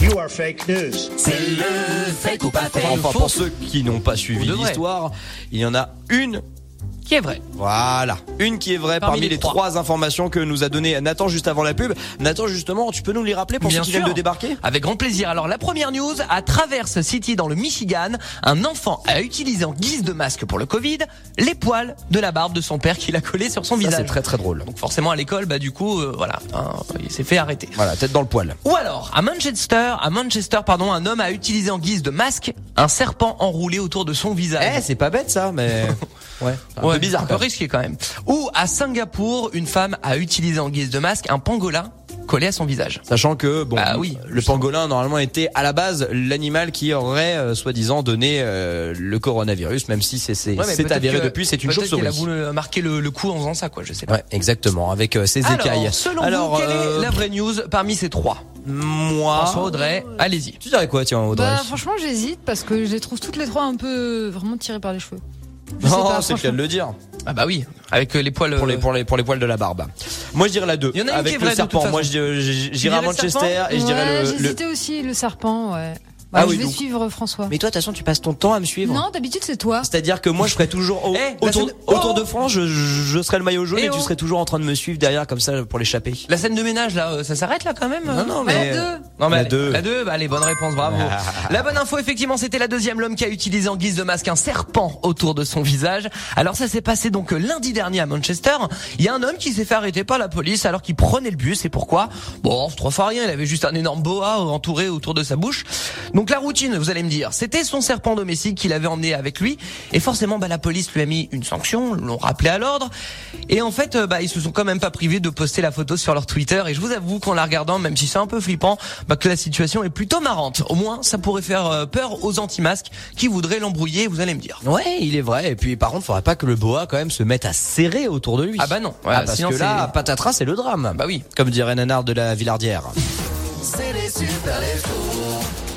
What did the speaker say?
You are fake news. C'est le fake ou pas fake. Enfin, Faux. pour ceux qui n'ont pas suivi Ou de vrai. l'histoire, il y en a une. Qui est vrai. Voilà. Une qui est vraie parmi, les, trois. informations que nous a donné Nathan juste avant la pub. Nathan, justement, tu peux nous les rappeler pour Bien ceux qui sûr. viennent de débarquer Avec grand plaisir. Alors la première news, à Traverse City dans le Michigan, un enfant a utilisé en guise de masque pour le Covid les poils de la barbe de son père qu'il a collé sur son Ça, visage. c'est très très drôle. Donc forcément à l'école, bah du coup, euh, voilà, hein, il s'est fait arrêter. Voilà, tête dans le poil. Ou alors, à Manchester, à Manchester, pardon, un homme a utilisé en guise de masque un serpent enroulé autour de son Eh, visage. c'est pas bête ça, mais. ouais. c'est Un Ah Ouais, peu bizarre. un peu quand même. risqué quand même. Ou à Singapour, une femme a utilisé en guise de masque un pangolin collé à son visage. Sachant que bon, Bah oui, le pangolin normalement était à la base l'animal qui aurait euh, soi-disant donné euh, le coronavirus, même si c'est c'est Ouais, mais c'est peut-être avéré que- depuis, c'est une peut-être chauve-souris. qu'elle a voulu euh, marquer le, le coup en faisant ça, quoi. Je sais pas. Ouais, exactement, avec euh, ses écailles. Alors, selon Alors, vous, quelle euh, Ah. est la vraie news parmi ces trois moi, François Audrey, allez-y. tu dirais quoi, tiens, Audrey Bah, franchement, j'hésite parce que je les trouve toutes les trois un peu vraiment tirées par les cheveux. Je sais Non, pas, c'est le cas de le dire. Ah bah oui, avec euh, les poils. Pour les, euh, pour, les, pour les poils de la barbe. Moi, je dirais la 2. Il y en a une avec qui est le vraie, de serpent. toute Moi, façon. je- je- dirais j'irais à le Manchester et je Ouais, dirais le- le. J'hésitais aussi le serpent, ouais. Ah Bah, oui, je vais donc- suivre François. Mais toi, de toute façon, tu passes ton temps à me suivre. Non, d'habitude, c'est toi. C'est-à-dire que moi, je ferais toujours au- Eh, la autour, semaine- autour Oh de France, je, je serais le maillot jaune Eh et, tu oh serais toujours en train de me suivre derrière comme ça pour l'échapper. La scène de ménage là, euh, ça s'arrête là quand même euh, Non, non, Ouais, mais. deux. Non, mais La allez, deux. La deux, bah, allez, bonne réponse, bravo. la bonne info, effectivement, c'était la deuxième, l'homme qui a utilisé en guise de masque un serpent autour de son visage. Alors ça s'est passé donc euh, lundi dernier à Manchester. Il y a un homme qui s'est fait arrêter par la police alors qu'il prenait le bus. Et pourquoi Bon, c'est trois fois rien, il avait juste un énorme boa euh, entouré autour de sa bouche. Donc la routine, vous allez me dire, c'était son serpent domestique qu'il avait emmené avec lui. Et forcément, bah, la police lui a mis une sanction, l'ont rappelé à l'ordre. Et en fait, euh, bah, ils se sont quand même pas privés de poster la photo sur leur Twitter. Et je vous avoue qu'en la regardant, même si c'est un peu flippant, bah, que la situation est plutôt marrante. Au moins, ça pourrait faire euh, peur aux anti-masques qui voudraient l'embrouiller, vous allez me dire. euh, Ouais, il est vrai. Et puis, par contre, faudrait pas que le boa quand même se mette à serrer autour de lui. Ah bah non. Ah, Ouais, parce sinon que là, c'est- patatras, c'est le drame. Bah oui. Comme dirait Nanard de la Villardière.